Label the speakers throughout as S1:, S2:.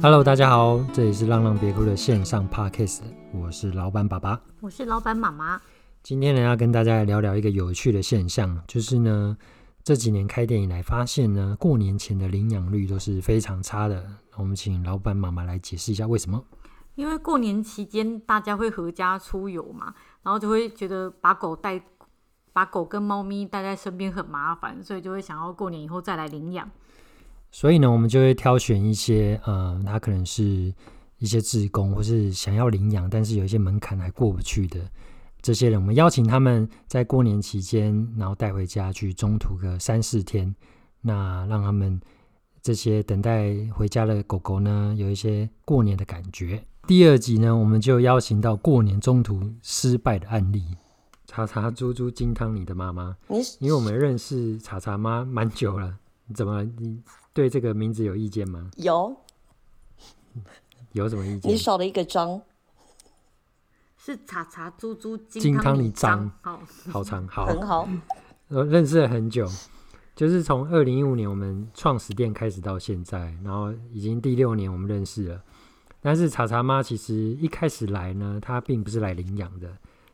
S1: Hello，大家好，这里是浪浪别哭的线上 Podcast，我是老板爸爸。
S2: 我是老板妈妈，
S1: 今天呢，要跟大家来聊聊一个有趣的现象，就是呢，这几年开店以来，发现呢，过年前的领养率都是非常差的。我们请老板妈妈来解释一下为什么。
S2: 因为过年期间大家会合家出游嘛，然后就会觉得把狗带，把狗跟猫咪带在身边很麻烦，所以就会想要过年以后再来领养。
S1: 所以呢，我们就会挑选一些，呃，他可能是一些志工，或是想要领养，但是有一些门槛还过不去的这些人，我们邀请他们在过年期间，然后带回家去中途个三四天，那让他们这些等待回家的狗狗呢，有一些过年的感觉。第二集呢，我们就邀请到过年中途失败的案例，查查猪猪金汤你的妈妈。
S3: 你
S1: 因为我们认识查查妈蛮久了，你怎么了你对这个名字有意见吗？
S3: 有
S1: 有什么意
S3: 你
S1: 见？
S3: 少了一个章，
S2: 是查查猪猪
S1: 金
S2: 金
S1: 汤
S2: 汤
S1: 里
S2: 里
S1: 脏
S2: 脏，好，
S1: 好长，好，
S3: 很好。
S1: 我认识了很久，就是从二零一五年我们创始店开始到现在，然后已经第六年我们认识了。但是查查妈其实一开始来呢，她并不是来领养的，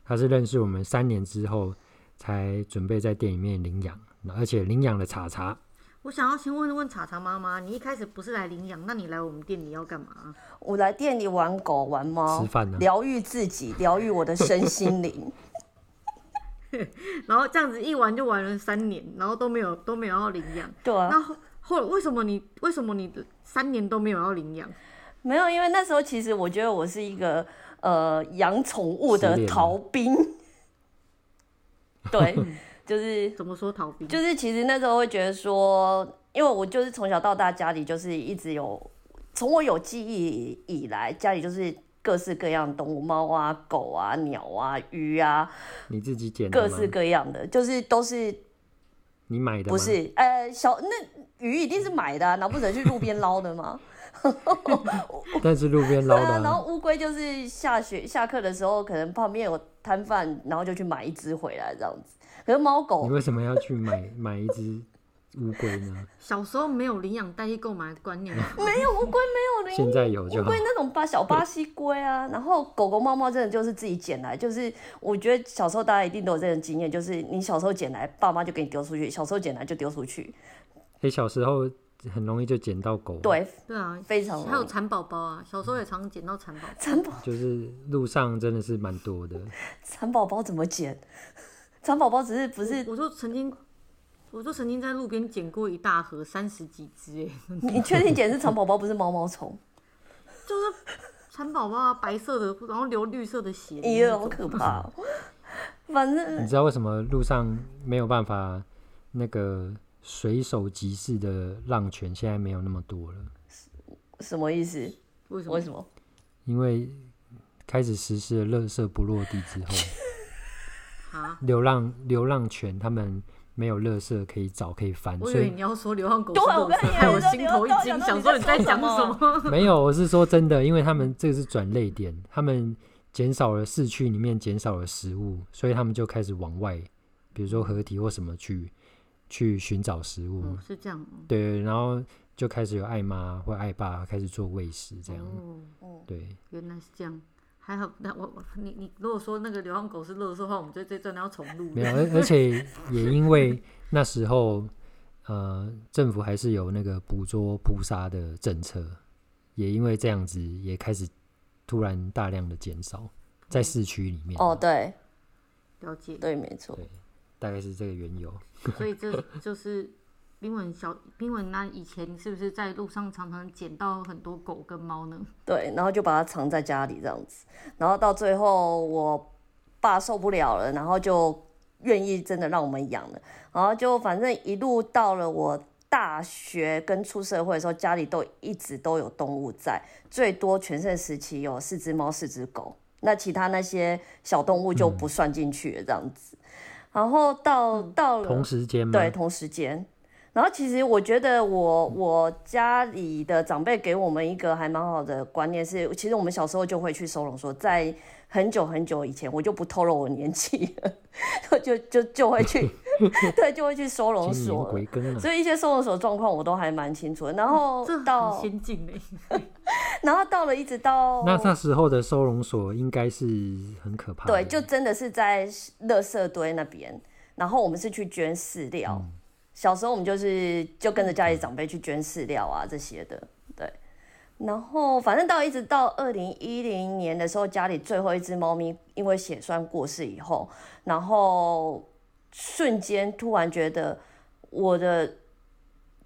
S1: 她是认识我们三年之后才准备在店里面领养，而且领养了查查。
S2: 我想要先问问查查妈妈，你一开始不是来领养，那你来我们店里要干嘛？
S3: 我来店里玩狗玩猫，
S1: 吃饭呢啊
S3: 疗愈自己，疗愈我的身 心灵。
S2: 然后这样子一玩就玩了三年，然后都没有都没有要领养。
S3: 对啊
S2: 那，后后来为什么你为什么你三年都没有要领养？
S3: 没有，因为那时候其实我觉得我是一个呃养宠物
S1: 失
S3: 的
S1: 恋了
S3: 逃 兵，对，就是
S2: 怎么说逃避？
S3: 就是其实那时候会觉得说，因为我就是从小到大家里就是一直有，从我有记忆以来，家里就是各式各样的动物，猫啊、狗啊、鸟啊、鱼啊，
S1: 你自己捡的
S3: 各
S1: 吗
S3: 式各样的，就是都是
S1: 你买的吗
S3: 不是，呃，小那鱼一定是买的、啊，难不成去路边捞的吗？
S1: 但是路 边捞
S3: 对
S1: 的、
S3: 啊，然
S1: 啊，
S3: 后乌龟就是下学下课的时候，可能旁边有摊贩，然后就去买一只回来这样子。可是猫狗
S1: 你为什么要去买买一只乌龟呢？
S2: 小时候没有领养代替购买的观念，
S3: 没有乌龟没有
S1: 现
S3: 灵，
S1: 在有就
S3: 乌
S1: 好
S3: 龟。那种巴小巴西龟啊，然后狗狗猫猫真的就是自己捡来，就是我觉得小时候大家一定都有这种经验，就是你小时候捡来，爸妈就给你丢出去，小时候捡来就丢出去，
S1: 嗯你小时候很容易就捡到狗，，
S3: 对，
S2: 对啊，
S3: 非常
S2: 还有蚕宝宝啊，小时候也常捡到蚕宝宝，
S3: 蚕宝
S1: 就是路上真的是蛮多的。
S3: 蚕宝宝怎么捡？蚕宝宝只是不是
S2: 我就曾经，我就曾经在路边捡过一大盒三十几只，哎，
S3: 你确定捡是蚕宝宝，不是毛毛虫？
S2: 就是蚕宝宝啊，白色的，然后流绿色的血的
S3: 也
S2: 那
S3: 好
S2: 种，
S3: 可怕哦、反正
S1: 你知道为什么路上没有办法那个随手即逝的浪犬现在没有那么多了？
S3: 什么意思？
S2: 为什么
S3: 为？什么？
S1: 因为开始实施了垃圾不落地之后，
S2: 啊？
S1: 流浪流浪犬他们没有垃圾可以找可以翻，
S2: 我以
S1: 所
S2: 为
S1: 以
S2: 你要说流浪狗是
S3: 对啊
S2: 垃
S3: 我刚才
S2: 圾，
S3: 也
S2: 害我
S3: 在
S2: 心头一惊，
S3: 想到
S2: 想
S3: 你
S2: 说
S3: 在
S2: 你在
S3: 说
S2: 讲
S3: 什
S2: 什么？
S1: 没有，我是说真的，因为他们这个是转类点，他们减少了市区里面减少了食物，所以他们就开始往外，比如说河堤或什么去去寻找食物。
S2: 哦，是这样哦
S1: 对，然后就开始有爱妈或爱爸开始做喂食这样。
S2: 哦，
S1: 对，
S2: 原来是这样。还好，那我我你你如果说那个流浪狗是垃圾的话，我们就这段要重录。
S1: 没有，而而且也因为那时候，呃，政府还是有那个捕捉扑杀的政策，也因为这样子，也开始突然大量的减少在市区里面。
S3: 哦，，对
S2: 了解。
S3: 对，没错。
S1: 大概是这个缘由。
S2: 所以这就是冰文小冰文那以前是不是在路上常常捡到很多狗跟猫呢？
S3: 对，然后就把它藏在家里这样子，然后到最后我爸受不了了，然后就愿意真的让我们养了，然后就反正一路到了我大学跟出社会的时候，家里都一直都有动物在，最多全盛时期有四只猫、四只狗，那其他那些小动物就不算进去了这样子，然后到到了
S1: 同时间吗？
S3: 对，，同时间。然后其实我觉得我我家里的长辈给我们一个还蛮好的观念是，其实我们小时候就会去收容所，在很久很久以前，我就不透露我年纪了，就就就就会去，对，就会去收容
S1: 今年
S3: 所了
S1: 归。根了。
S3: 所以一些收容所状况我都还蛮清楚的。然后
S2: 哦这
S3: 哦到
S2: 很先进呢、
S3: 然后到了一直到
S1: 那那时候的收容所应该是很可怕的。
S3: 对，就真的是在垃圾堆那边，然后我们是去捐饲料。
S1: 嗯
S3: 小时候我们就是就跟着家里长辈去捐饲料啊这些的，对。然后反正到一直到二零一零年的时候，家里最后一只猫咪因为血栓过世以后，然后瞬间突然觉得我的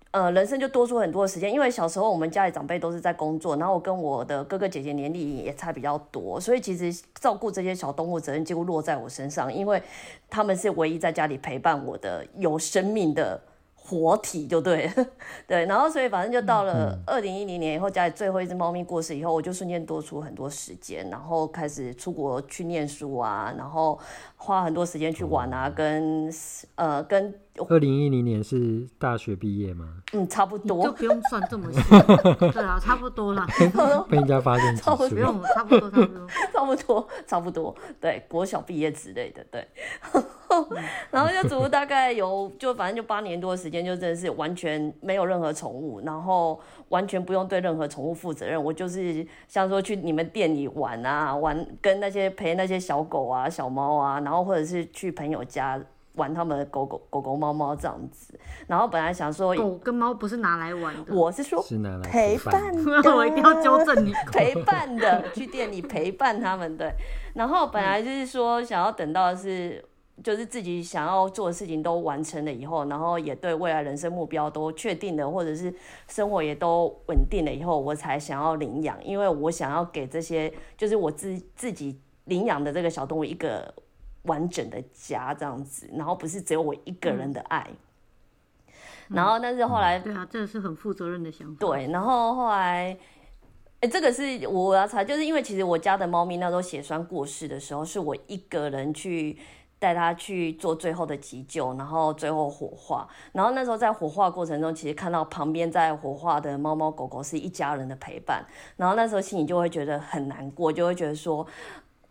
S3: 呃人生就多出很多的时间，因为小时候我们家里长辈都是在工作，然后我跟我的哥哥姐姐年龄也差比较多，所以其实照顾这些小动物责任几乎落在我身上，因为他们是唯一在家里陪伴我的有生命的活体，就对了 对。然后所以反正就到了
S2: 嗯
S3: 二零一零年以后，家里最后一只猫咪过世以后，我就瞬间多出很多时间，然后开始出国去念书啊，然后花很多时间去玩
S2: 哦
S3: 啊，跟呃跟
S1: 二零一零年是大学毕业吗？
S3: 嗯差不
S2: 你就
S3: 多。
S2: 不用算这么 细，对啊，差不多啦，
S3: 哦
S1: 被人家发现指
S2: 不
S1: 数，
S2: 用，差不多，差不多。
S3: 差不多，差不多，对，国小毕业之类的，对。 然后就足足大概有，就反正就八年多的时间，就真的是完全没有任何宠物，然后完全不用对任何宠物负责任。我就是像说去你们店里玩啊，玩跟那些陪那些小狗啊、小猫啊，然后或者是去朋友家玩他们的狗狗、狗狗、猫猫这样子。然后本来想说，
S2: 狗跟猫不是拿来玩的，
S3: 我是说
S1: 是拿来
S3: 陪
S1: 吃饭
S3: 伴
S1: 的。
S3: 的，
S2: 我一定要纠正 你。
S3: 陪伴的，去店里陪伴他们。对，然后本来就是说想要等到是，就是自己想要做的事情都完成了以后，然后也对未来人生目标都确定了，或者是生活也都稳定了以后，我才想要领养，因为我想要给这些就是我自自己领养的这个小动物一个完整的家这样子，然后不是只有我一个人的爱。然后，但是后来
S2: 对啊，这是很负责任的想法。，
S3: 对，然后后来，哎，这个是我要查，就是因为其实我家的猫咪那时候血栓过世的时候，是我一个人去带它去做最后的急救，然后最后火化。然后那时候在火化过程中，其实看到旁边在火化的猫猫狗狗是一家人的陪伴，然后那时候心里就会觉得很难过，就会觉得说。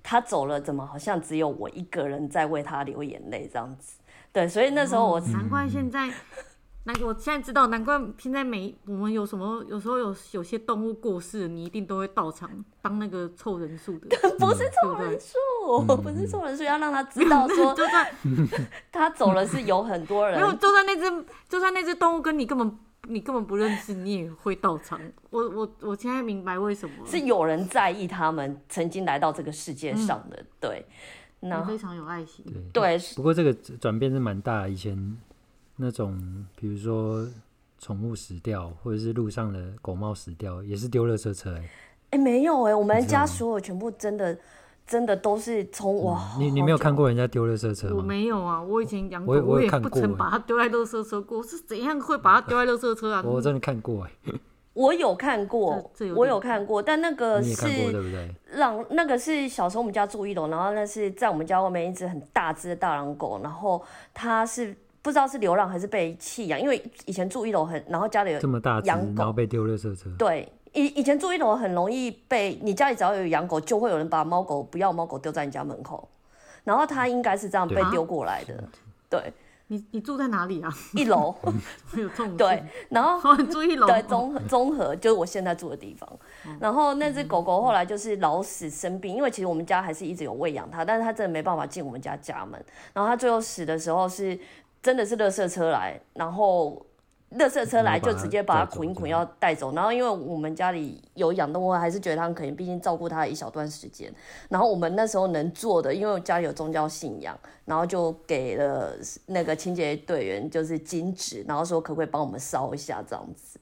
S3: 他走了，怎么好像只有我一个人在为他流眼泪这样子？对，所以那时候我
S2: 难怪现在，难，我现在知道，难怪现在每我们有什么，有时候有有些动物过世，你一定都会到场当那个凑人数的，
S3: 不是
S2: 对不
S3: 人
S2: 对？
S3: 数，不是送人数，要让他知道说
S2: 就算
S3: 他走了是有很多 人
S2: 没有，就算那只就算那只动物跟你根本你根本不认识，你也会到场。我我我现在明白为什么了，
S3: 是有人在意他们曾经来到这个世界上
S1: 嗯
S3: 的，对，
S2: 你
S3: 然后
S2: 非常有爱心。
S3: 对
S1: 不过这个转变是蛮大的，以前那种比如说宠物死掉，或者是路上的狗猫死掉，也是丢垃圾车、欸。
S3: 哎、没有哎、我们
S1: 你知道
S3: 家
S1: 吗
S3: 所有全部真的真的都是从我、
S1: 嗯你你没有看过人家丢垃圾车
S2: 我
S1: 吗？
S2: 没有啊，我以前养狗，
S1: 我也我也
S2: 也
S1: 看
S2: 不
S1: 过
S2: 曾
S1: 欸
S2: 把它丢在垃圾车过。我是怎样会把它丢在垃圾车啊？
S1: 我真的看过、欸，
S3: 我有看过
S2: 这这有，点
S3: 我有看过，但那个
S1: 你也看过
S3: 呃是
S1: 对不对？
S3: 让那个是小时候我们家住一楼，然后那是在我们家外面一只很大只的大狼狗，然后它是不知道是流浪还是被弃养，因为以前住一楼很，然后家里有
S1: 这么大只，
S3: 养狗
S1: 然后被丢垃圾车，
S3: 对，以以前住一楼很容易被你家里只要有养狗，就会有人把猫狗不要猫狗丢在你家门口，然后它应该是这样被啊
S2: 对
S3: 丢过来的。对，
S2: 你你住在哪里啊？
S3: 一楼
S2: 我有这种事
S3: 对，，然 后
S2: 我住一楼。哦
S3: 对，综合综合就是我现在住的地方。然后那只狗狗后来就是老死生病，因为其实我们家还是一直有喂养它，但是它真的没办法进我们家家门。然后它最后死的时候是真的是垃圾车来，然后垃圾车来
S1: 然后把
S3: 就
S1: 它
S3: 直接把它
S1: 带走
S3: 捆一捆
S1: 这样
S3: 要带走。然后因为我们家里有养动物，还是觉得它很可怜，毕竟照顾它一小段时间。然后我们那时候能做的，因为我家里有宗教信仰，然后就给了那个清洁队员就是金纸，然后说可不可以帮我们烧一下这样子。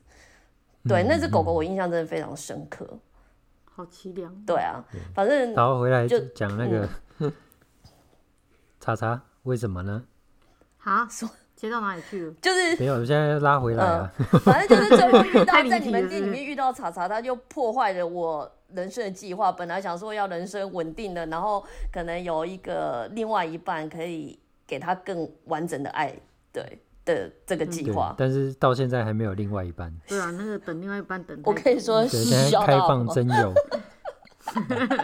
S1: 嗯
S3: 对，那只狗狗我印象真的非常深刻。
S2: 好凄凉。
S3: 对啊，反
S1: 嗯
S3: 正
S1: 然后回来
S3: 就嗯
S1: 讲那个叉叉，为什么呢？
S2: 啊，接到哪里去了？
S3: 就是
S1: 没有，我现在拉回来啊。
S3: 反正就是最后遇
S2: 太
S3: 到
S2: 离
S3: 在
S2: 题
S3: 你们
S2: 了
S3: 店
S2: 是
S3: 里
S2: 不
S3: 面遇到查查，他就破坏了我人生的计划。本来想说要人生稳定的，然后可能有一个另外一半可以给他更完整的爱，对的这个计
S1: 嗯对
S3: 划，。
S1: 但是到现在还没有另外一半。
S2: 对啊，那个等另外一半等太久。
S3: 我可以说
S1: 对，
S3: 是
S1: 现在
S3: 笑
S1: 开
S3: 到
S1: 放真 友，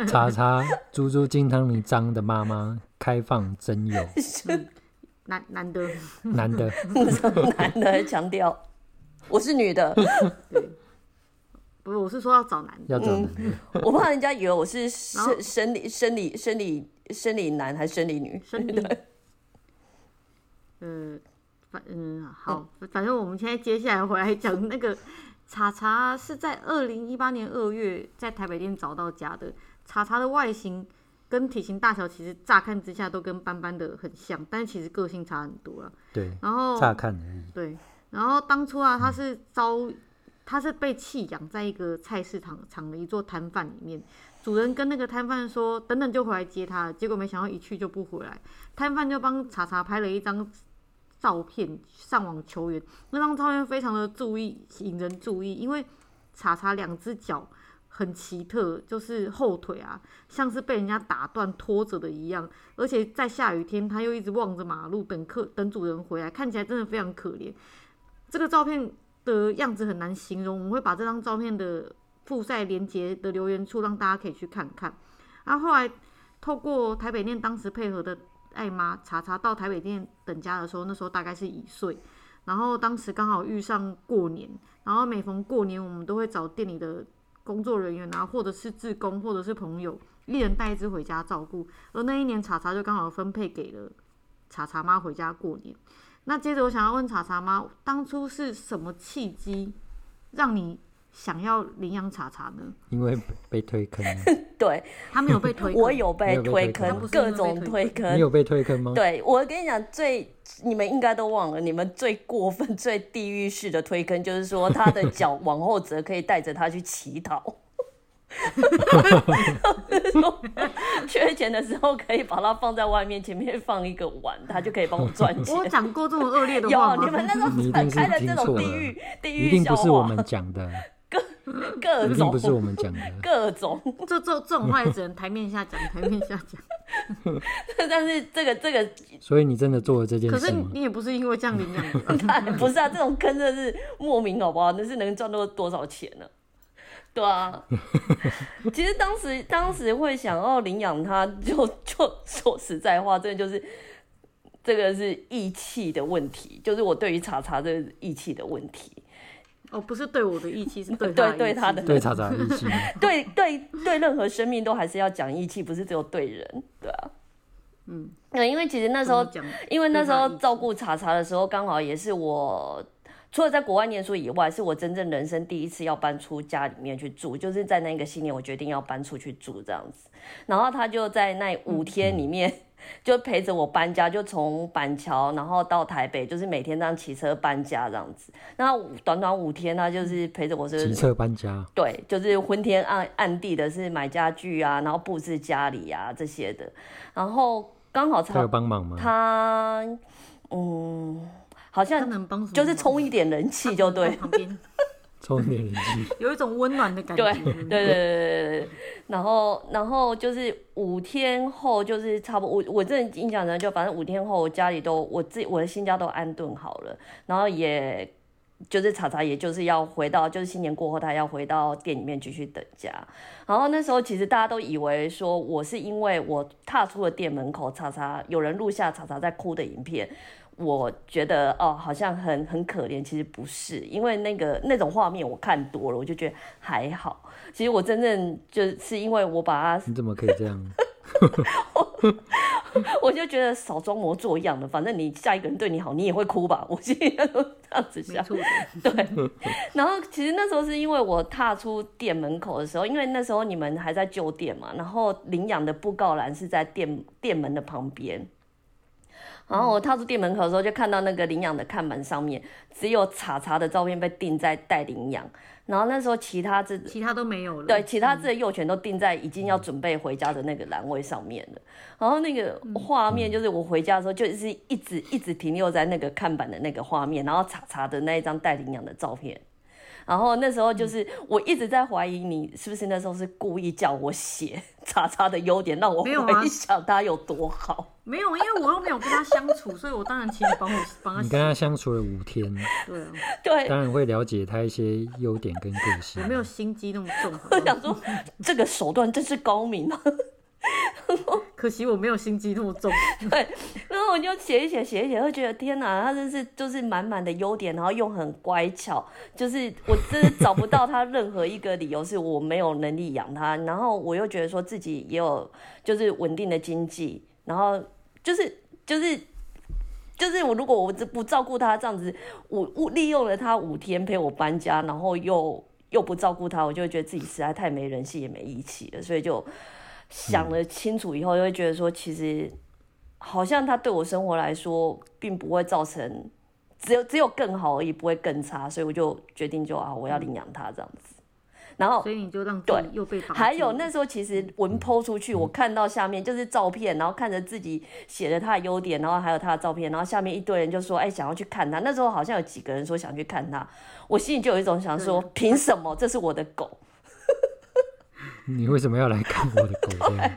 S1: 查查猪猪金汤里张的妈妈开放真友，
S2: 难难得，
S1: 男的
S3: 男的强调，我是女的，
S2: 对，不是，我是说要找男的。
S1: 要找男的，
S3: 我怕人家以为我是
S2: 然后
S3: 生生理生理生理生理男还是生理女，
S2: 生理， 呃，反嗯好，反正我们现在接下来回来讲那个 查查是在二零一八年二月在台北店找到家的。查查的外形跟体型大小其实乍看之下都跟斑斑的很像，但其实个性差很多了。
S1: 对，
S2: 然后
S1: 乍看而已。
S2: 对，然后当初啊，他是遭，他是被弃养在一个菜市场场的一座摊贩里面。主人跟那个摊贩说，等等就回来接他了，结果没想到一去就不回来。摊贩就帮查查拍了一张照片上网求援，那张照片非常的注意引人注意，因为查查两只脚很奇特，就是后腿啊，像是被人家打断拖着的一样，而且在下雨天，他又一直望着马路等客等主人回来，看起来真的非常可怜。这个照片的样子很难形容，我们会把这张照片的附在连接的留言处，让大家可以去看看。然后后来透过台北店当时配合的艾妈查查到台北店等家的时候，那时候大概是一岁，然后当时刚好遇上过年，然后每逢过年我们都会找店里的工作人员啊，或者是志工，或者是朋友，一人带一只回家照顾。而那一年查查就刚好分配给了查查妈回家过年。那接着我想要问查查妈，当初是什么契机让你想要领养查查呢？
S1: 因为被推坑啊，
S3: 对
S2: 他没有被 推
S3: 我有
S1: 没
S3: 被
S1: 有被推
S3: 推
S1: 坑
S3: 坑
S2: 吗，
S3: 各种推
S1: 你
S3: 坑。
S1: 有被推坑吗？
S3: 对我跟你讲，最你们应该都忘了，你们最过分、最地狱式的推坑，就是说他的脚往后折，可以带着他去乞讨。 说缺钱的时候可以把它放在外面，前面放一个碗，他就可以帮我赚钱
S2: 我。有讲过这么恶劣的话
S3: 有
S2: 吗？
S3: 你们那时候
S1: 你一
S3: 展
S1: 定是
S3: 开了这
S1: 听
S3: 种
S1: 错
S3: 地
S1: 了
S3: 狱地
S1: 一
S3: 狱
S1: 定
S3: 笑
S1: 不是我
S3: 话
S1: 们，讲的，
S3: 各
S1: 一定不是我
S3: 种
S1: 们讲的。
S3: 各种。
S2: 这这这种话也只能台面下讲，台面下讲。
S3: 但是这个这个
S1: 所以你真的做了这件
S2: 可是
S1: 事吗？
S2: 你也不是因为这样领养的，
S3: 不是啊，这种坑真的是莫名好不好？那是能赚多多少钱呢、对啊， 其实当时当时会想要领养它，就就说实在话，真的就是这个是义气的问题，就是我对于查查这个义气的问题，
S2: 哦，不是对我的义气，是对
S3: 对
S2: 他
S3: 对他
S2: 的
S3: 的
S2: 义气。
S1: 对查查一起，
S3: 对对对，任何生命都还是要讲义气，不是只有对人，对啊，
S2: 嗯，
S3: 对，因为其实那
S2: 那
S3: 时候
S2: 讲，
S3: 因为那时候
S2: 对他
S3: 照顾查查的时候，刚好也是我除了在国外念书以外，是我真正人生第一次要搬出家里面去住，就是在那个新年我决定要搬出去住这样子。然后他就在那
S2: 嗯
S3: 五天里面、 就陪着我搬家，就从板桥然后到台北，就是每天这样骑车搬家这样子。那短短五天，他就是陪着我，就是
S1: 骑车搬家，
S3: 对，就是昏天暗暗地的是买家具啊，然后布置家里啊这些的。然后刚好
S1: 他
S3: 查
S1: 有帮忙吗？
S3: 他嗯，好
S2: 他
S3: 像
S2: 能帮什么忙？
S3: 就是充一点人气就对
S2: 他。旁边
S1: 充点人气，
S2: 有一种温暖的感觉。
S3: 对对对对对对对，然后然后就是五天后，就是差不多，我我真的印象呢，就反正五天后我家里都我自己我的新家都安顿好了，然后也就是查查，也就是要回到就是新年过后，他要回到店里面继续等家。然后那时候其实大家都以为说我是因为我踏出了店门口，查查有人录下查查在哭的影片。我觉得哦，好像很很可怜，其实不是，因为那个那种画面我看多了，我就觉得还好。其实我真正就是因为我把它
S1: 你怎么可以这 样？
S3: 我就觉得少装模作样的，反正你下一个人对你好，你也会哭吧？ 我心里都这样子
S2: 没
S3: 想。
S2: 错的，
S3: 然后其实那时候是因为我踏出店门口的时候，因为那时候你们还在旧店嘛，然后领养的布告栏是在店店门的旁边。然后我踏出店门口的时候，就看到那个领养的看板上面只有查查的照片被定在待领养，然后那时候其他这
S2: 其他都没有了。
S3: 对，其他字的右拳都定在已经要准备回家的那个栏位上面了。然后那个画面就是我回家的时候，就是一直一直停留在那个看板的那个画面，然后查查的那一张带领养的照片。然后那时候就是我一直在怀疑你是不是那时候是故意叫我写查查的优点，让我
S2: 没有啊
S3: 回想他有多好。
S2: 没有，因为我又没有跟他相处，所以我当然请你帮我帮他
S1: 你
S2: 洗。
S1: 跟他相处了五 天，
S2: 对啊，
S3: 对，
S1: 当然会了解他一些优点跟个性
S2: 我。没有 心机那么重。好
S3: 我
S2: 吗
S3: 想说这个手段真是高明啊！
S2: 可惜我没有心机那么重。
S3: 然后我就写一写，写一写，会觉得天哪，他真是就是满满的优点，然后又很乖巧，就是我真的找不到他任何一个理由是我没有能力养他。然后我又觉得说自己也有就是稳定的经济，然后就是就是就是我如果我不照顾他这样子，我我利用了他五天陪我搬家，然后又又不照顾他，我就会觉得自己实在太没人性也没义气了，所以就想了清楚以后，就会觉得说其实。好像他对我生活来说，并不会造成只有只有更好而已，不会更差，所以我就决定就啊，我要领养他这样子。然后
S2: 所以你就让自己又被绑
S3: 还有
S2: 住
S3: 那时候其
S2: 嗯
S3: 实文剖出去，我看到下面就是照片，然后看着自己写的他的优点，然后还有他的照片，然后下面一堆人就说，哎、想要去看他。那时候好像有几个人说想去看他，我心里就有一种想说，凭什么这是我的狗？
S1: 你为什么要来看我的狗？这 样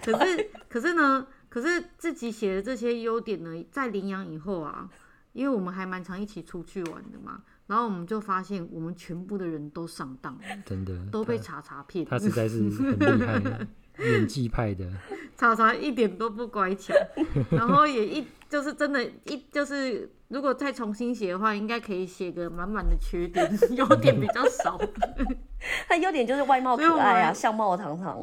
S2: 可是可是呢，可是自己写的这些优点呢，在领养以后啊，因为我们还蛮常一起出去玩的嘛，然后我们就发现我们全部的人都上当了，
S1: 真的
S2: 都被
S1: 他
S2: 查查骗，
S1: 他实在是很厉害 的，演技派的，
S2: 查查一点都不乖 巧，然后也一就是真的，一就是如果再重新写的话，应该可以写个满满的缺点，优点比 较少。
S3: 他优点就是外貌
S2: 所以我
S3: 可爱啊，
S2: 们
S3: 相貌堂堂。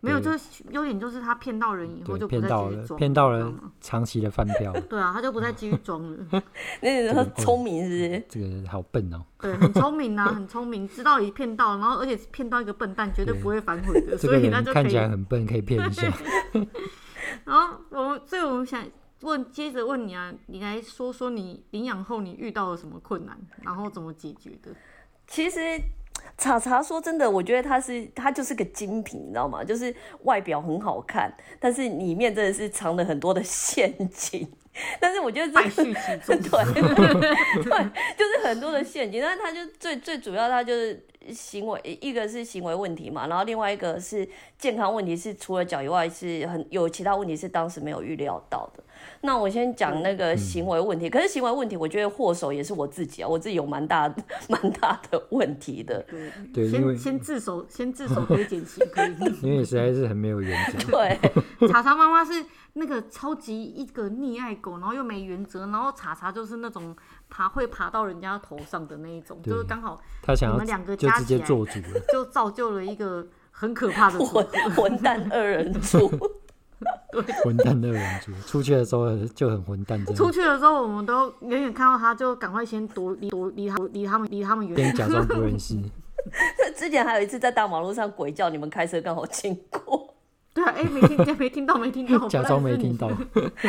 S2: 没有，
S1: 对
S2: 就是优点就是他骗到人以后
S1: 对，
S2: 就不
S1: 骗
S2: 再
S1: 到
S2: 继续
S1: 了，
S2: 装，
S1: 骗到
S2: 你知道
S1: 了
S2: 吗。
S1: 长期的饭 票，
S2: 对啊，他就不再继续装 了。
S3: 那时
S1: 个
S3: 候
S1: 哦
S3: 聪明是不是？
S1: 这个人好笨哦。
S2: 对，很聪明啊，很聪明，知道一骗到，然后而且骗到一个笨蛋，绝对
S1: 对
S2: 不会反悔的，
S1: 这
S2: 所
S1: 个
S2: 以他
S1: 人
S2: 就可
S1: 看
S2: 以
S1: 起。来很笨，可以骗一 下。
S2: 然后我们，所以我们想问，接着问你啊，你来说说你领养后你遇到了什么困难，然后怎么解决的？
S3: 其实查查说真的，我觉得他是他就是个精品，你知道吗？就是外表很好看，但是里面真的是藏了很多的陷阱。 但是我觉得这
S2: 败絮其
S3: 对
S2: 中。
S3: 对， 就是很多的陷阱。但是他就最最主要，他就是行为，一个是行为问题嘛，然后另外一个是健康问题，是除了脚以外是很有其他问题是当时没有预料到的。那我先讲那个行为问题，可是行为问题，我觉得祸首也是我自己啊，我自己有蛮大 蛮大的问题的。
S2: 对，
S1: 对因为
S2: 先先自首，先自首可以减刑，可 以。
S1: 因为实在是很没有原则。
S3: 对，
S2: 查查妈妈是那个超级一个溺爱狗，然后又没原则，然后查查就是那种爬会爬到人家头上的那一种，
S1: 对
S2: 就是刚好
S1: 他想
S2: 你们两
S1: 要
S2: 个
S1: 就
S2: 加
S1: 直接
S2: 起来
S1: 做主了，
S2: 就造就了一个很可怕 的组合
S3: 混。混蛋二人组，
S1: 混蛋的人族出去的时候就很混蛋，这
S2: 出
S1: 样
S2: 去的时候，我们都远远看到他，就赶快先躲离躲离他离他们离他们远
S1: 边
S2: 远。
S1: 假装不认识。
S3: 之前还有一次在大马路上鬼叫，你们开车刚好经过。
S2: 对啊，哎、没听没听到没听 到，
S1: 假装没听到哎
S2: 不，然是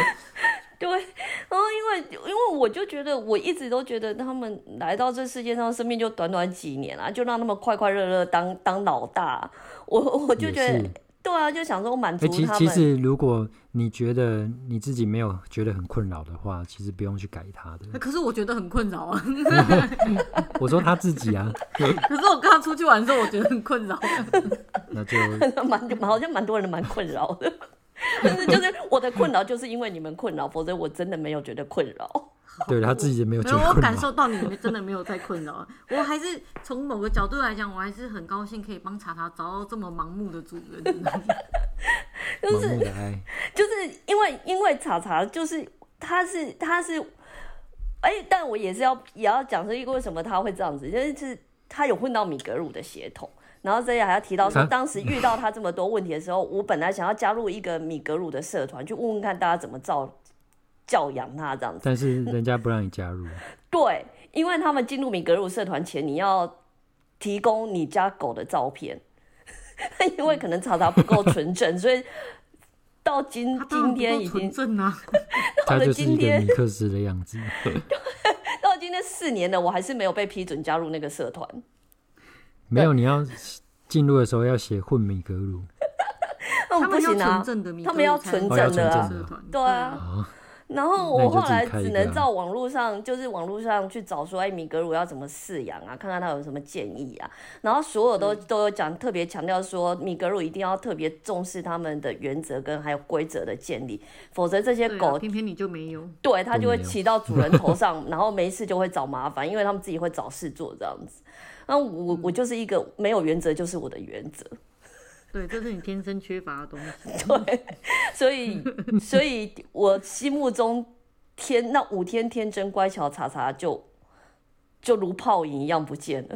S3: 对，然后因为因为我就觉得，我一直都觉得他们来到这世界上，生命就短短几年啊，就让他们快快乐乐当当老大，我我就
S1: 也
S3: 觉得
S1: 是，
S3: 对啊，就想说满足
S1: 哎，其
S3: 他
S1: 其
S3: 们。
S1: 实如果你觉得你自己没有觉得很困扰的话，其实不用去改他的。
S2: 你可是我觉得很困扰啊。
S1: 我说他自己啊，
S2: 可是我跟他出去玩的时候，我觉得很困扰。
S1: 那就
S3: 蛮好像蛮多人蛮困扰的， 但是就是我的困扰就是因为你们困扰，否则我真的没有觉得困扰。
S1: 对他自己也没有
S2: 没
S1: 觉
S2: 有，
S1: 得
S2: 我
S1: 困
S2: 感
S1: 扰。
S2: 受到你们真的没有在困扰。我还是从某个角度来讲，我还是很高兴可以帮查查找到这么盲目的主人。
S1: 盲目的爱，
S3: 就是因为因为查查就是他是他是，哎、但我也是要也要讲说，为什么他会这样子，就是他有混到米格鲁的血统。然后这里还要提到说，
S1: 啊
S3: 当时遇到他这么多问题的时候，我本来想要加入一个米格鲁的社团，去问问看大家怎么照教养他这样子。
S1: 但是人家不让你加入，
S3: 对，因为他们进入米格鲁社团前，你要提供你家狗的照片， 但因为可能查查不够纯正，所以到今
S2: 他当然
S3: 今
S2: 不
S3: 天
S2: 够
S3: 已经
S2: 纯正啊，
S3: 到
S1: 他
S3: 了
S1: 就是一
S3: 今
S1: 个
S3: 天
S1: 米克斯的样子。
S3: 到今天四年了，我还是没有被批准加入那个社 团。
S1: 没有，你要进入的时候要写混米格鲁，
S3: 那我
S2: 他
S3: 不
S2: 们要嗯
S3: 行啊
S2: 纯，正的米格
S3: 他
S2: 鲁才能，
S3: 们要纯
S1: 正的啊
S2: 社团
S3: 对啊。然后
S1: 那
S3: 我
S1: 你就
S3: 后
S1: 自己
S3: 来
S1: 开一
S3: 只
S1: 个
S3: 能
S1: 啊
S3: 照网络上，就是网络上去找说，哎，米格鲁要怎么饲养啊？看看他有什么建议啊。然后所有都
S2: 嗯
S3: 都有讲，特别强调说，米格鲁一定要特别重视他们的原则跟还有规则的建立，否则这些
S2: 对啊
S3: 狗
S2: 偏偏你就没有。
S3: 对，它
S1: 都
S3: 就会
S1: 没有
S3: 骑到主人 头上，然后没事就会找麻烦，因为他们自己会找事做这样子。那我我就是一个没有原则，就是我的原则。
S2: 对，这是你天生缺乏的东西。
S3: 对，所以所以我心目中天那五天天真乖巧查查就就如泡影一样不见了。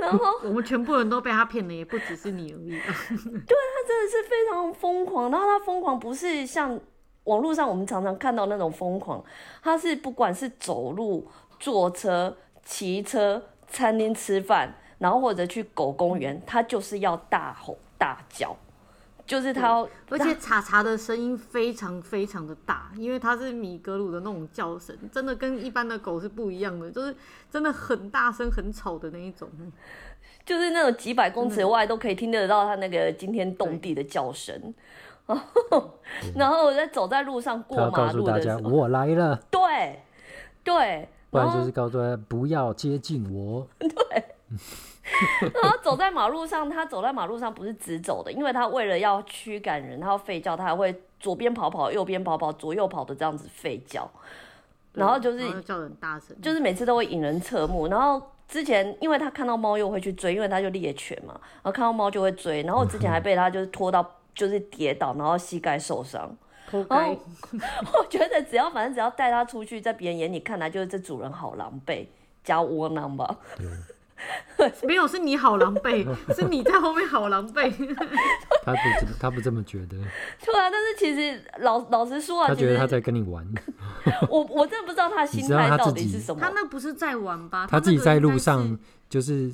S3: 哦
S2: 我们全部人都被他骗了，也不只是你而已 啊。
S3: 他真的是非常疯狂，然后他疯狂不是像网络上我们常常看到那种疯狂，他是不管是走路、坐车、骑车、餐厅吃饭，然后或者去狗公园，他就是要大吼大叫，就是他要
S2: 而且查查的声音非常非常的大，因为它是米格鲁的那种叫声，真的跟一般的狗是不一样的，就是真的很大声、很吵的那一种。
S3: 就是那种几百公
S1: 嗯
S3: 尺外都可以听得到他那个惊天动地的叫声。
S1: 嗯
S3: 然后我在走在路上
S1: 他要
S3: 过
S1: 告
S3: 马
S1: 诉
S3: 路
S1: 大
S3: 的
S1: 家
S3: 时候，
S1: 我来了，
S3: 对对，
S1: 不
S3: 然
S1: 然
S3: 后
S1: 就是告诉大家不要接近我。
S3: 然后走在马路上，他走在马路上不是直走的，因为他为了要驱赶人，他要吠叫，他还会左边跑跑，右边跑跑，左右跑的这样子吠叫，然后就是
S2: 然后叫得很大声，
S3: 就是每次都会引人侧目。然后之前因为他看到猫又会去追，因为他就猎犬嘛，然后看到猫就会追，然后我之前还被他就是拖到就是跌倒，然后膝盖受伤。
S2: 偷
S3: 然
S2: 该
S3: 后我觉得只要反正只要带它出去，在别人眼里看来就是这主人好狼狈加窝囊吧。
S2: 没有是你好狼狈，是你在后面好狼狈。
S1: 他不这么，他不这么觉得，
S3: 对啊，但是其实老老实说啊，
S1: 他
S3: 其
S1: 觉
S3: 实
S1: 得他在跟你玩，
S3: 我我真的不知道他心
S1: 你知道
S3: 态
S1: 他
S3: 到
S1: 自
S3: 底是
S1: 己
S3: 什么
S2: 他。那不是在玩吧？
S1: 他自己
S2: 那个
S1: 在
S2: 应该
S1: 路
S2: 是
S1: 上，就是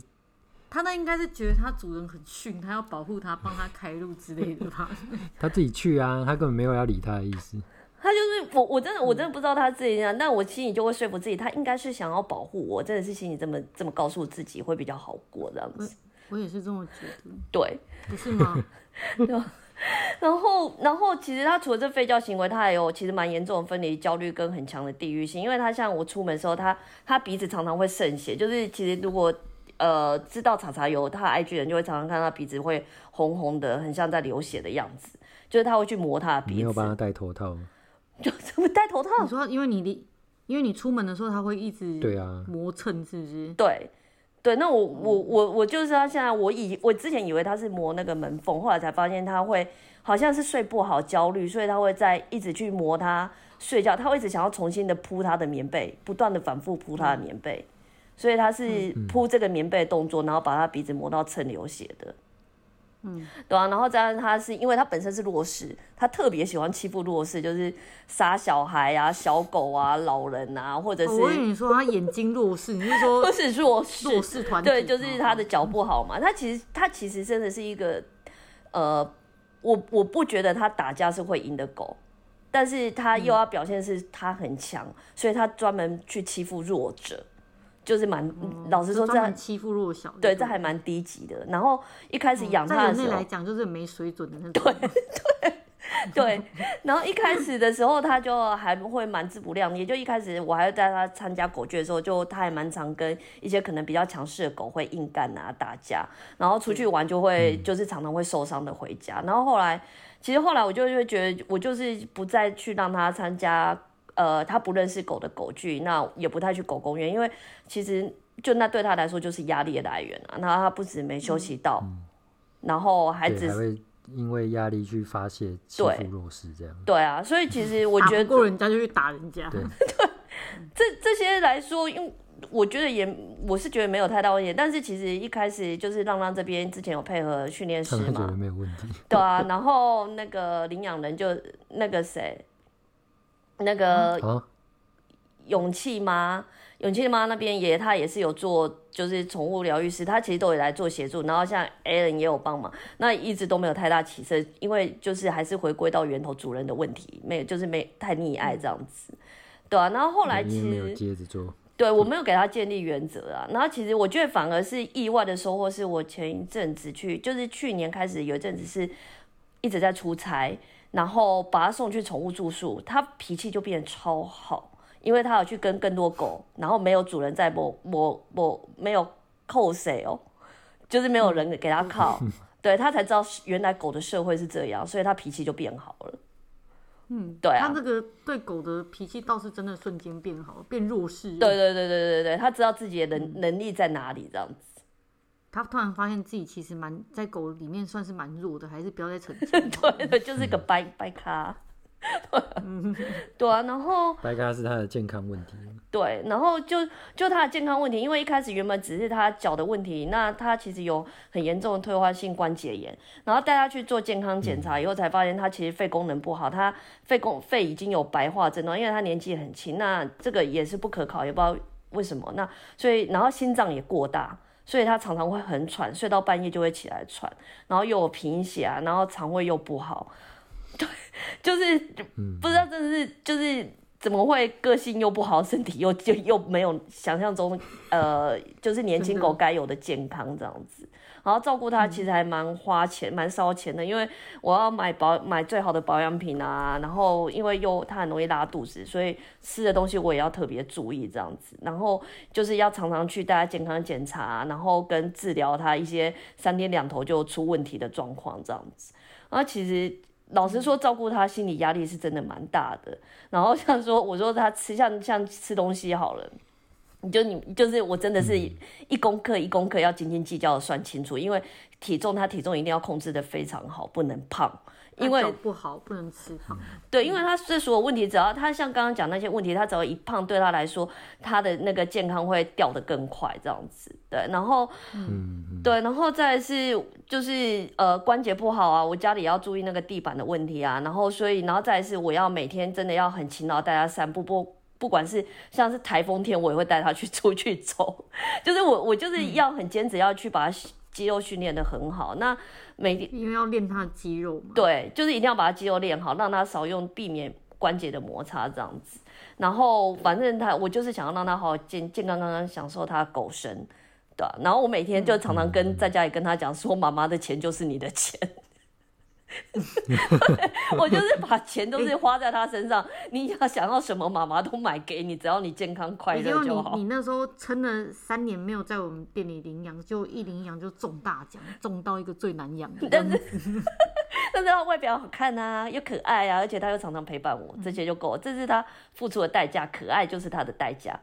S2: 他那应该是觉得他主人很逊，他要保护他，帮他开路之类的吧？
S1: 他自己去啊，他根本没有要理他的意思。
S3: 他就是我，我真的我真的不知道他自己这样，但我心里就会说服自己，他应该是想要保护我，真的是心里这么这么告诉自己会比较好过这样子。
S2: 我也是这么觉得，
S3: 对，
S2: 不是吗？
S3: 然后然后其实他除了这吠叫行为，他还有其实蛮严重的分离焦虑跟很强的地域性，因为他像我出门的时候，他他鼻子常常会渗血，就是其实如果。呃，知道查查有他的 IG 人就会常常看他鼻子会红红的，很像在流血的样子，就是他会去磨他的
S1: 你
S3: 鼻
S1: 没有帮
S3: 子
S1: 他，戴头套，
S3: 就 怎么戴头套？
S2: 你说，因为你离，因为你出门的时候，他会一直
S1: 对啊
S2: 磨蹭，是不是？
S3: 对，对，那我我我我就是他现在我以我之前以为他是磨那个门缝，后来才发现他会好像是睡不好焦虑，所以他会在一直去磨他睡觉，他会一直想要重新的铺他的棉被，不断的反复铺他的棉被，所以他是铺这个棉被的动作，然后把他鼻子磨到蹭流血的。嗯，对啊，然后加上他是因为他本身是弱势，他特别喜欢欺负弱势，就是杀小孩啊、小狗啊、老人啊，或者
S2: 哦我跟
S3: 是
S2: 你说，他眼睛弱势，你是说
S3: 或是弱势
S2: 弱势团体？
S3: 对，就是他的
S2: 哦。
S3: 脚不好嘛。他其实他其实真的是一个，呃，我我不觉得他打架是会赢的狗，但是他
S2: 嗯
S3: 又要表现是他很强，所以他专门去欺负弱者，就是蛮、老实说
S2: 就哦
S3: 这
S2: 专
S3: 样
S2: 门欺负弱哦小，
S3: 对，这还蛮低级的。然后一开始养
S2: 在
S3: 他的
S2: 人
S3: 时
S2: 类
S3: 候
S2: 来，讲就是没水准的那种。
S3: 对，然后一开始的时候，他就还会蛮自不量力，就一开始我还带他参加狗剧的时候，就他还蛮常跟一些可能比较强势的狗会硬干啊打架，然后出去玩就会就是常常会受伤的回家，然后后来其实后来我就会觉得我就是不再去让他参加。呃，他不认识狗的狗剧，那也不太去狗公园，因为其实就那对他来说就是压力的来源啊。那他不止没休息到，然后还只
S1: 对，还
S3: 是
S1: 会因为压力去发泄欺
S3: 对
S1: 负弱势这样。
S3: 对啊，所以其实我觉
S2: 打
S3: 得
S2: 不过人家就去打人家，
S1: 对
S3: 这这些来说，因为我觉得也我是觉得没有太大问题，但是其实一开始就是浪浪这边之前有配合训练师
S1: 他们觉得
S3: 嘛，
S1: 没有问题，
S3: 对啊，然后那个领养人就那个谁，那个
S1: 啊，
S3: 勇气妈，勇气妈那边也她也是有做，就是宠物疗愈师，她其实都有来做协助，然后像 Alan 也有帮忙，那一直都没有太大起色，因为就是还是回归到源头主人的问题，没有就是没太溺爱这样子，对啊，然后后来
S1: 嗯
S3: 其
S1: 因为没有
S3: 实。
S1: 接着做，
S3: 对我没有给他建立原则啊。然后其实我觉得反而是意外的收获，是我前一阵子去，就是去年开始有一阵子是一直在出差，然后把他送去宠物住宿，他脾气就变得超好，因为他有去跟更多狗，然后没有主人在摸摸摸，没有扣谁哦，就是没有人给他靠， 对他才知道原来狗的社会是这样，所以他脾气就变好了。嗯，对啊，
S2: 他这个对狗的脾气倒是真的瞬间变好，变弱势。
S3: 对，对对对对对，他知道自己的能能力在哪里，这样子。
S2: 他突然发现自己其实蛮在狗里面算是蛮弱的，还是不要再逞强。
S3: 对的，就是一个白白咖。对啊，然后
S1: 白咖是他的健康问题。
S3: 对，然后就就他的健康问题，因为一开始原本只是他脚的问题，那他其实有很严重的退化性关节炎，然后带他去做健康检查以后，才发现他其实肺功能不好，他肺功肺已经有白化症状，因为他年纪很轻，那这个也是不可考，也不知道为什么。那所以，然后心脏也过大，所以他常常会很喘，睡到半夜就会起来喘，然后又有贫血啊，然后肠胃又不好，对，就是不知道真的是就是怎么会个性又不好，身体又就又没有想象中呃，就是年轻狗该有的健康这样子。然后照顾它其实还蛮花钱、蛮烧钱的，因为我要买保买最好的保养品啊，然后因为又它很容易拉肚子，所以吃的东西我也要特别注意这样子。然后就是要常常去大家健康检查，啊然后跟治疗它一些三天两头就出问题的状况这样子。然后其实老实说，照顾他心理压力是真的蛮大的。然后像说，我说他吃像像吃东西好了，你就你就是我真的是一公克一公克要斤斤计较的算清楚，因为体重他体重一定要控制的非常好，不能胖， 因为
S2: 他脚不好，不能吃胖。
S3: 对，因为他这所有问题，只要他像刚刚讲那些问题，他只要一胖，对他来说，他的那个健康会掉得更快，这样子。对，然后，嗯，对，然后再来是就是呃关节不好啊，我家里要注意那个地板的问题啊，然后所以，然后再来是我要每天真的要很勤劳带他散步，不不管是像是台风天，我也会带他去 出去走，就是我我就是要很坚持要去把他肌肉训练得很好，那每天。
S2: 因为要练他的肌肉嘛。
S3: 对，就是一定要把他肌肉练好，让他少用，避免关节的摩擦这样子。然后反正他，我就是想要让他好好健健康康享受他的狗生，对啊、然后我每天就常常跟在家里跟他讲说，妈妈的钱就是你的钱。 对我就是把钱都是花在他身上，你要想要什么，妈妈都买给你，只要你健康快
S2: 也就
S3: 乐就好
S2: 哎你，。你那时候撑了三年没有在我们店里领养，就一领养就中大奖，中到一个最难养的。
S3: 但是，但是他外表好看啊，又可爱啊，而且他又常常陪伴我，
S2: 嗯
S3: 这些就够了。这是他付出的代价，可爱就是他的代价。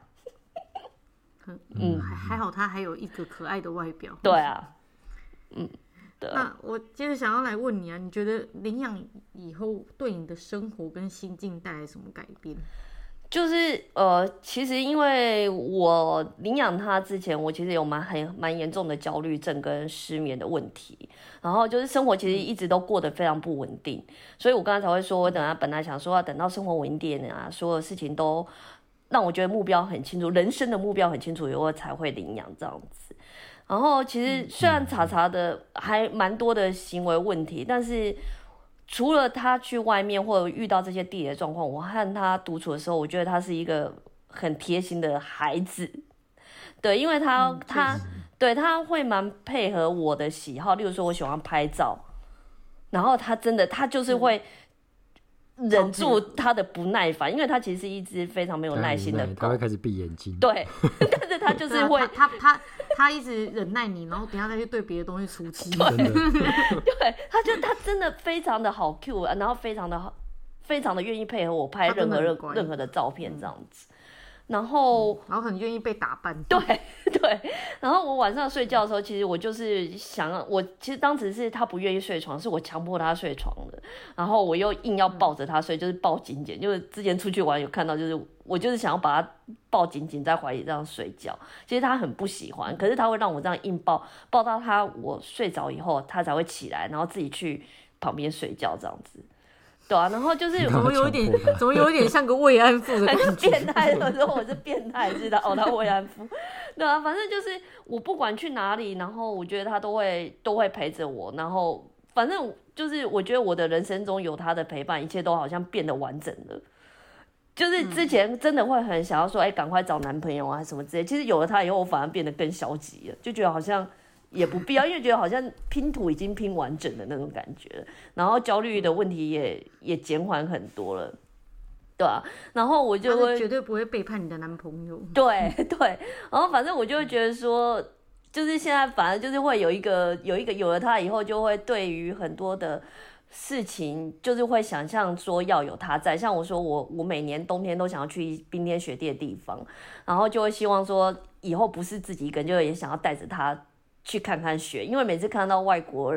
S2: 嗯，还还好他还有一个可爱的外表。
S3: 对啊，
S2: 那我接着想要来问你啊，你觉得领养以后对你的生活跟心境带来什么改变？
S3: 就是呃，其实因为我领养他之前，我其实有蛮很蛮严重的焦虑症跟失眠的问题，然后就是生活其实一直都过得非常不稳定，所以我刚才才会说，我等他本来想说要等到生活稳定啊，所有事情都让我觉得目标很清楚，人生的目标很清楚以后才会领养这样子。然后其
S1: 嗯
S3: 实虽然查查的还蛮多的行为问题，但是除了他去外面或者遇到这些地理的状况，我和他独处的时候，我觉得他是一个很贴心的孩子。对，因为他、
S1: 嗯
S3: 他对他会蛮配合我的喜好，例如说我喜欢拍照，然后他真的他
S1: 嗯
S3: 就是会忍住他的不耐烦，因为他其实是一只非常没有
S1: 他很
S3: 哦耐心的
S1: 无奈
S3: 狗
S1: 哎他会。开始闭眼睛。
S3: 对， 但是他就
S2: 对
S3: 是
S2: 啊
S3: 会
S2: 他他他他一直忍耐你，然后等一下再去对别的东西出气。
S1: 真的，
S3: 对，他就他真的非常的好 Q，啊然后非常的好，非常的愿意配合我拍
S2: 他真
S3: 任
S2: 的
S3: 何
S2: 很
S3: 任
S2: 乖嗯
S3: 任何的照片这样子。然后
S2: 然后很愿意被打扮，
S3: 对 对，然后我晚上睡觉的时候，其实我就是想要，我其实当时是他不愿意睡床，是我强迫他睡床的，然后我又硬要抱着他睡，就是抱紧紧，就是之前出去玩有看到，就是我就是想要把他抱紧紧在怀里这样睡觉，其实他很不喜欢，可是他会让我这样硬抱，抱到他我睡着以后，他才会起来，然后自己去旁边睡觉这样子，对啊，然后就是
S2: 怎么有一点，怎么有一点像个慰安妇的感
S3: 还
S2: 觉
S3: 是变态的时候，我是变态，知道哦，他慰安妇，对啊，反正就是我不管去哪里，然后我觉得他都会都会陪着我，然后反正就是我觉得我的人生中有他的陪伴，一切都好像变得完整了。就是之前真的会很想要说，哎、赶快找男朋友啊什么之类。其实有了他以后，我反而变得更消极了，就觉得好像也不必要，因为觉得好像拼图已经拼完整的那种感觉了，然后焦虑的问题也也减缓很多了，对啊，然后我就
S2: 他
S3: 会
S2: 是绝对不会背叛你的男朋友。嗯
S3: 对 对，然后反正我就会觉得说，就是现在反正就是会有一个有一个有了他以后，就会对于很多的事情，就是会想象说要有他在。像我说我我每年冬天都想要去冰天雪地的地方，然后就会希望说以后不是自己一个人，就也想要带着他。去看看雪，因为每次看到外国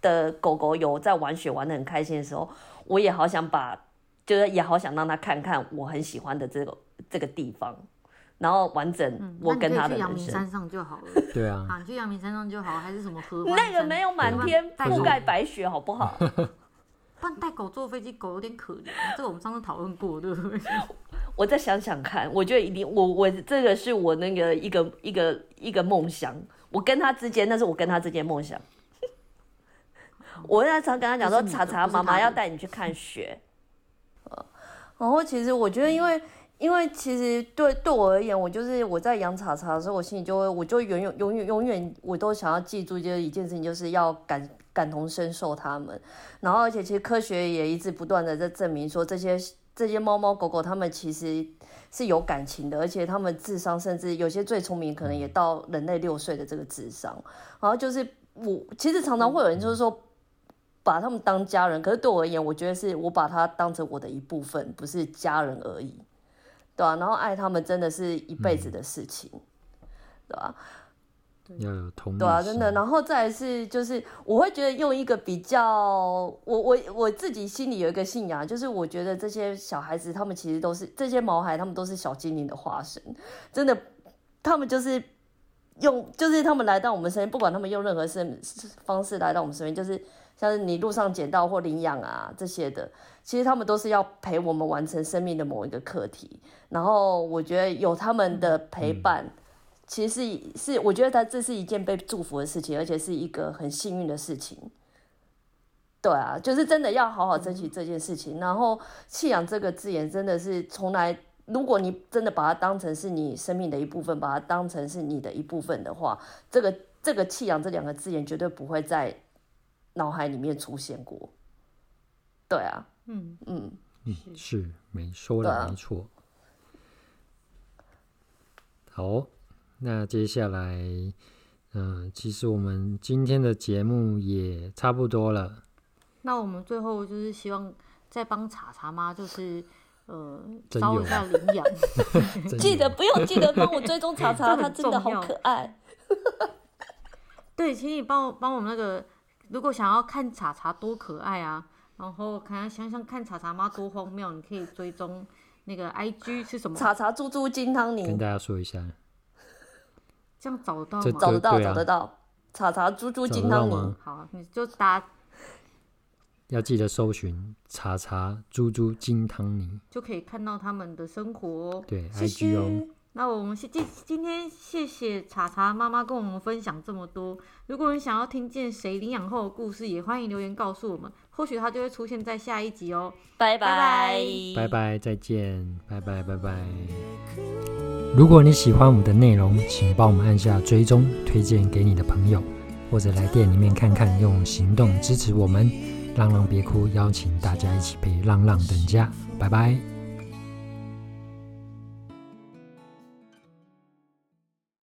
S3: 的狗狗有在玩雪玩的很开心的时候，我也好想把，就是也好想让它看看我很喜欢的这个这个地方，然后完整
S2: 嗯
S3: 我跟
S2: 那
S3: 它
S2: 你可以去
S3: 的
S2: 阳
S3: 人
S2: 明
S3: 生。
S2: 山上就好 了
S1: 对啊，
S2: 啊，去阳明山上就好，还是什么河湾
S3: 那个
S2: 山
S3: 没有满
S1: 对
S3: 天
S2: 带
S3: 覆
S2: 狗
S3: 盖白雪，好不好？
S2: 不然带狗坐飞机，狗有点可怜。啊这个我们上次讨论过，对不对？
S3: 我再想想看，我觉得一定，我我这个是我那个一个一个一个梦想，我跟他之间，那是我跟他之间梦想。我那常跟他讲说，
S2: 这是你的
S3: 查查
S2: 不是他
S3: 妈
S2: 的
S3: 妈要带你去看雪。然后其实我觉得，因为因为其实对对我而言，我就是我在养查查的时候，我心里就会，我就永远永远永远我都想要记住，就是一件事情，就是要感感同身受他们。然后而且其实科学也一直不断的在证明说，这些这些猫猫狗狗它们其实是有感情的，而且它们智商甚至有些最聪明可能也到人类六岁的这个智商。然后就是我其实常常会有人就是说。把他们当家人，可是对我而言，我觉得是我把它当成我的一部分，不是家人而已，对啊，然后爱他们真的是一辈子的事情，对啊吧、
S1: 要有同理
S3: 对啊，真的。
S1: 心
S3: 然后再来是，就是我会觉得用一个比较，我我我自己心里有一个信仰，就是我觉得这些小孩子他们其实都是这些毛孩，他们都是小精灵的化身，真的，他们就是用，就是他们来到我们身边，不管他们用任何身方式来到我们身边，就是像是你路上捡到或领养啊这些的，其实他们都是要陪我们完成生命的某一个课题。然后我觉得有他们的陪伴，其实是是我觉得他这是一件被祝福的事情，而且是一个很幸运的事情。对啊，就是真的要好好珍惜这件事情。然后“弃养”这个字眼真的是从来，如果你真的把它当成是你生命的一部分，把它当成是你的一部分的话，这个这个“弃养”这两个字眼绝对不会在脑海里面出现过。对啊，
S2: 嗯，
S3: 嗯，
S1: 嗯，是没说
S3: 对
S1: 的
S3: 啊
S1: 没错。好，那接下来，嗯、其实我们今天的节目也差不多了。
S2: 那我们最后就是希望再帮查查妈，就是呃，
S1: 真
S2: 招
S1: 有
S2: 一下
S3: 啊
S2: 领养。
S1: 真
S3: 记得
S1: 的
S3: 不用记得帮我追 踪查查，
S2: 这
S3: 他
S2: 很
S3: 真的好
S2: 重要
S3: 可爱。
S2: 对，请你帮我帮我们那个，如果想要看查查多可爱啊，然后看看想想看查查妈多荒谬，你可以追踪那个 IG 是什么，
S3: 查查猪猪金汤
S1: 跟
S3: 尼
S1: 大家说一下，
S2: 这样找得到
S1: 这
S2: 吗？
S3: 找得到，
S1: 对啊
S3: 找得到，查查猪猪
S1: 找
S3: 金
S1: 得到
S3: 汤尼
S1: 吗，？
S2: 好，你就打
S1: 要记得搜寻“查查猪猪金汤尼
S2: 就可以看到他们的生活哦、”，
S1: 对
S3: 谢
S1: ，IG
S3: 谢。
S1: 哦，
S2: 那我们谢今今天谢谢查查妈妈跟我们分享这么多。如果你想要听见谁领养后的故事，也欢迎留言告诉我们，或许它就会出现在下一集哦。
S3: 拜
S2: 拜
S1: 拜拜，再见，拜拜，拜拜。如果你喜欢我们的内容，请帮我们按下追踪，推荐给你的朋友，或者来店里面看看，用行动支持我们。浪浪别哭，邀请大家一起陪浪浪等价，拜拜。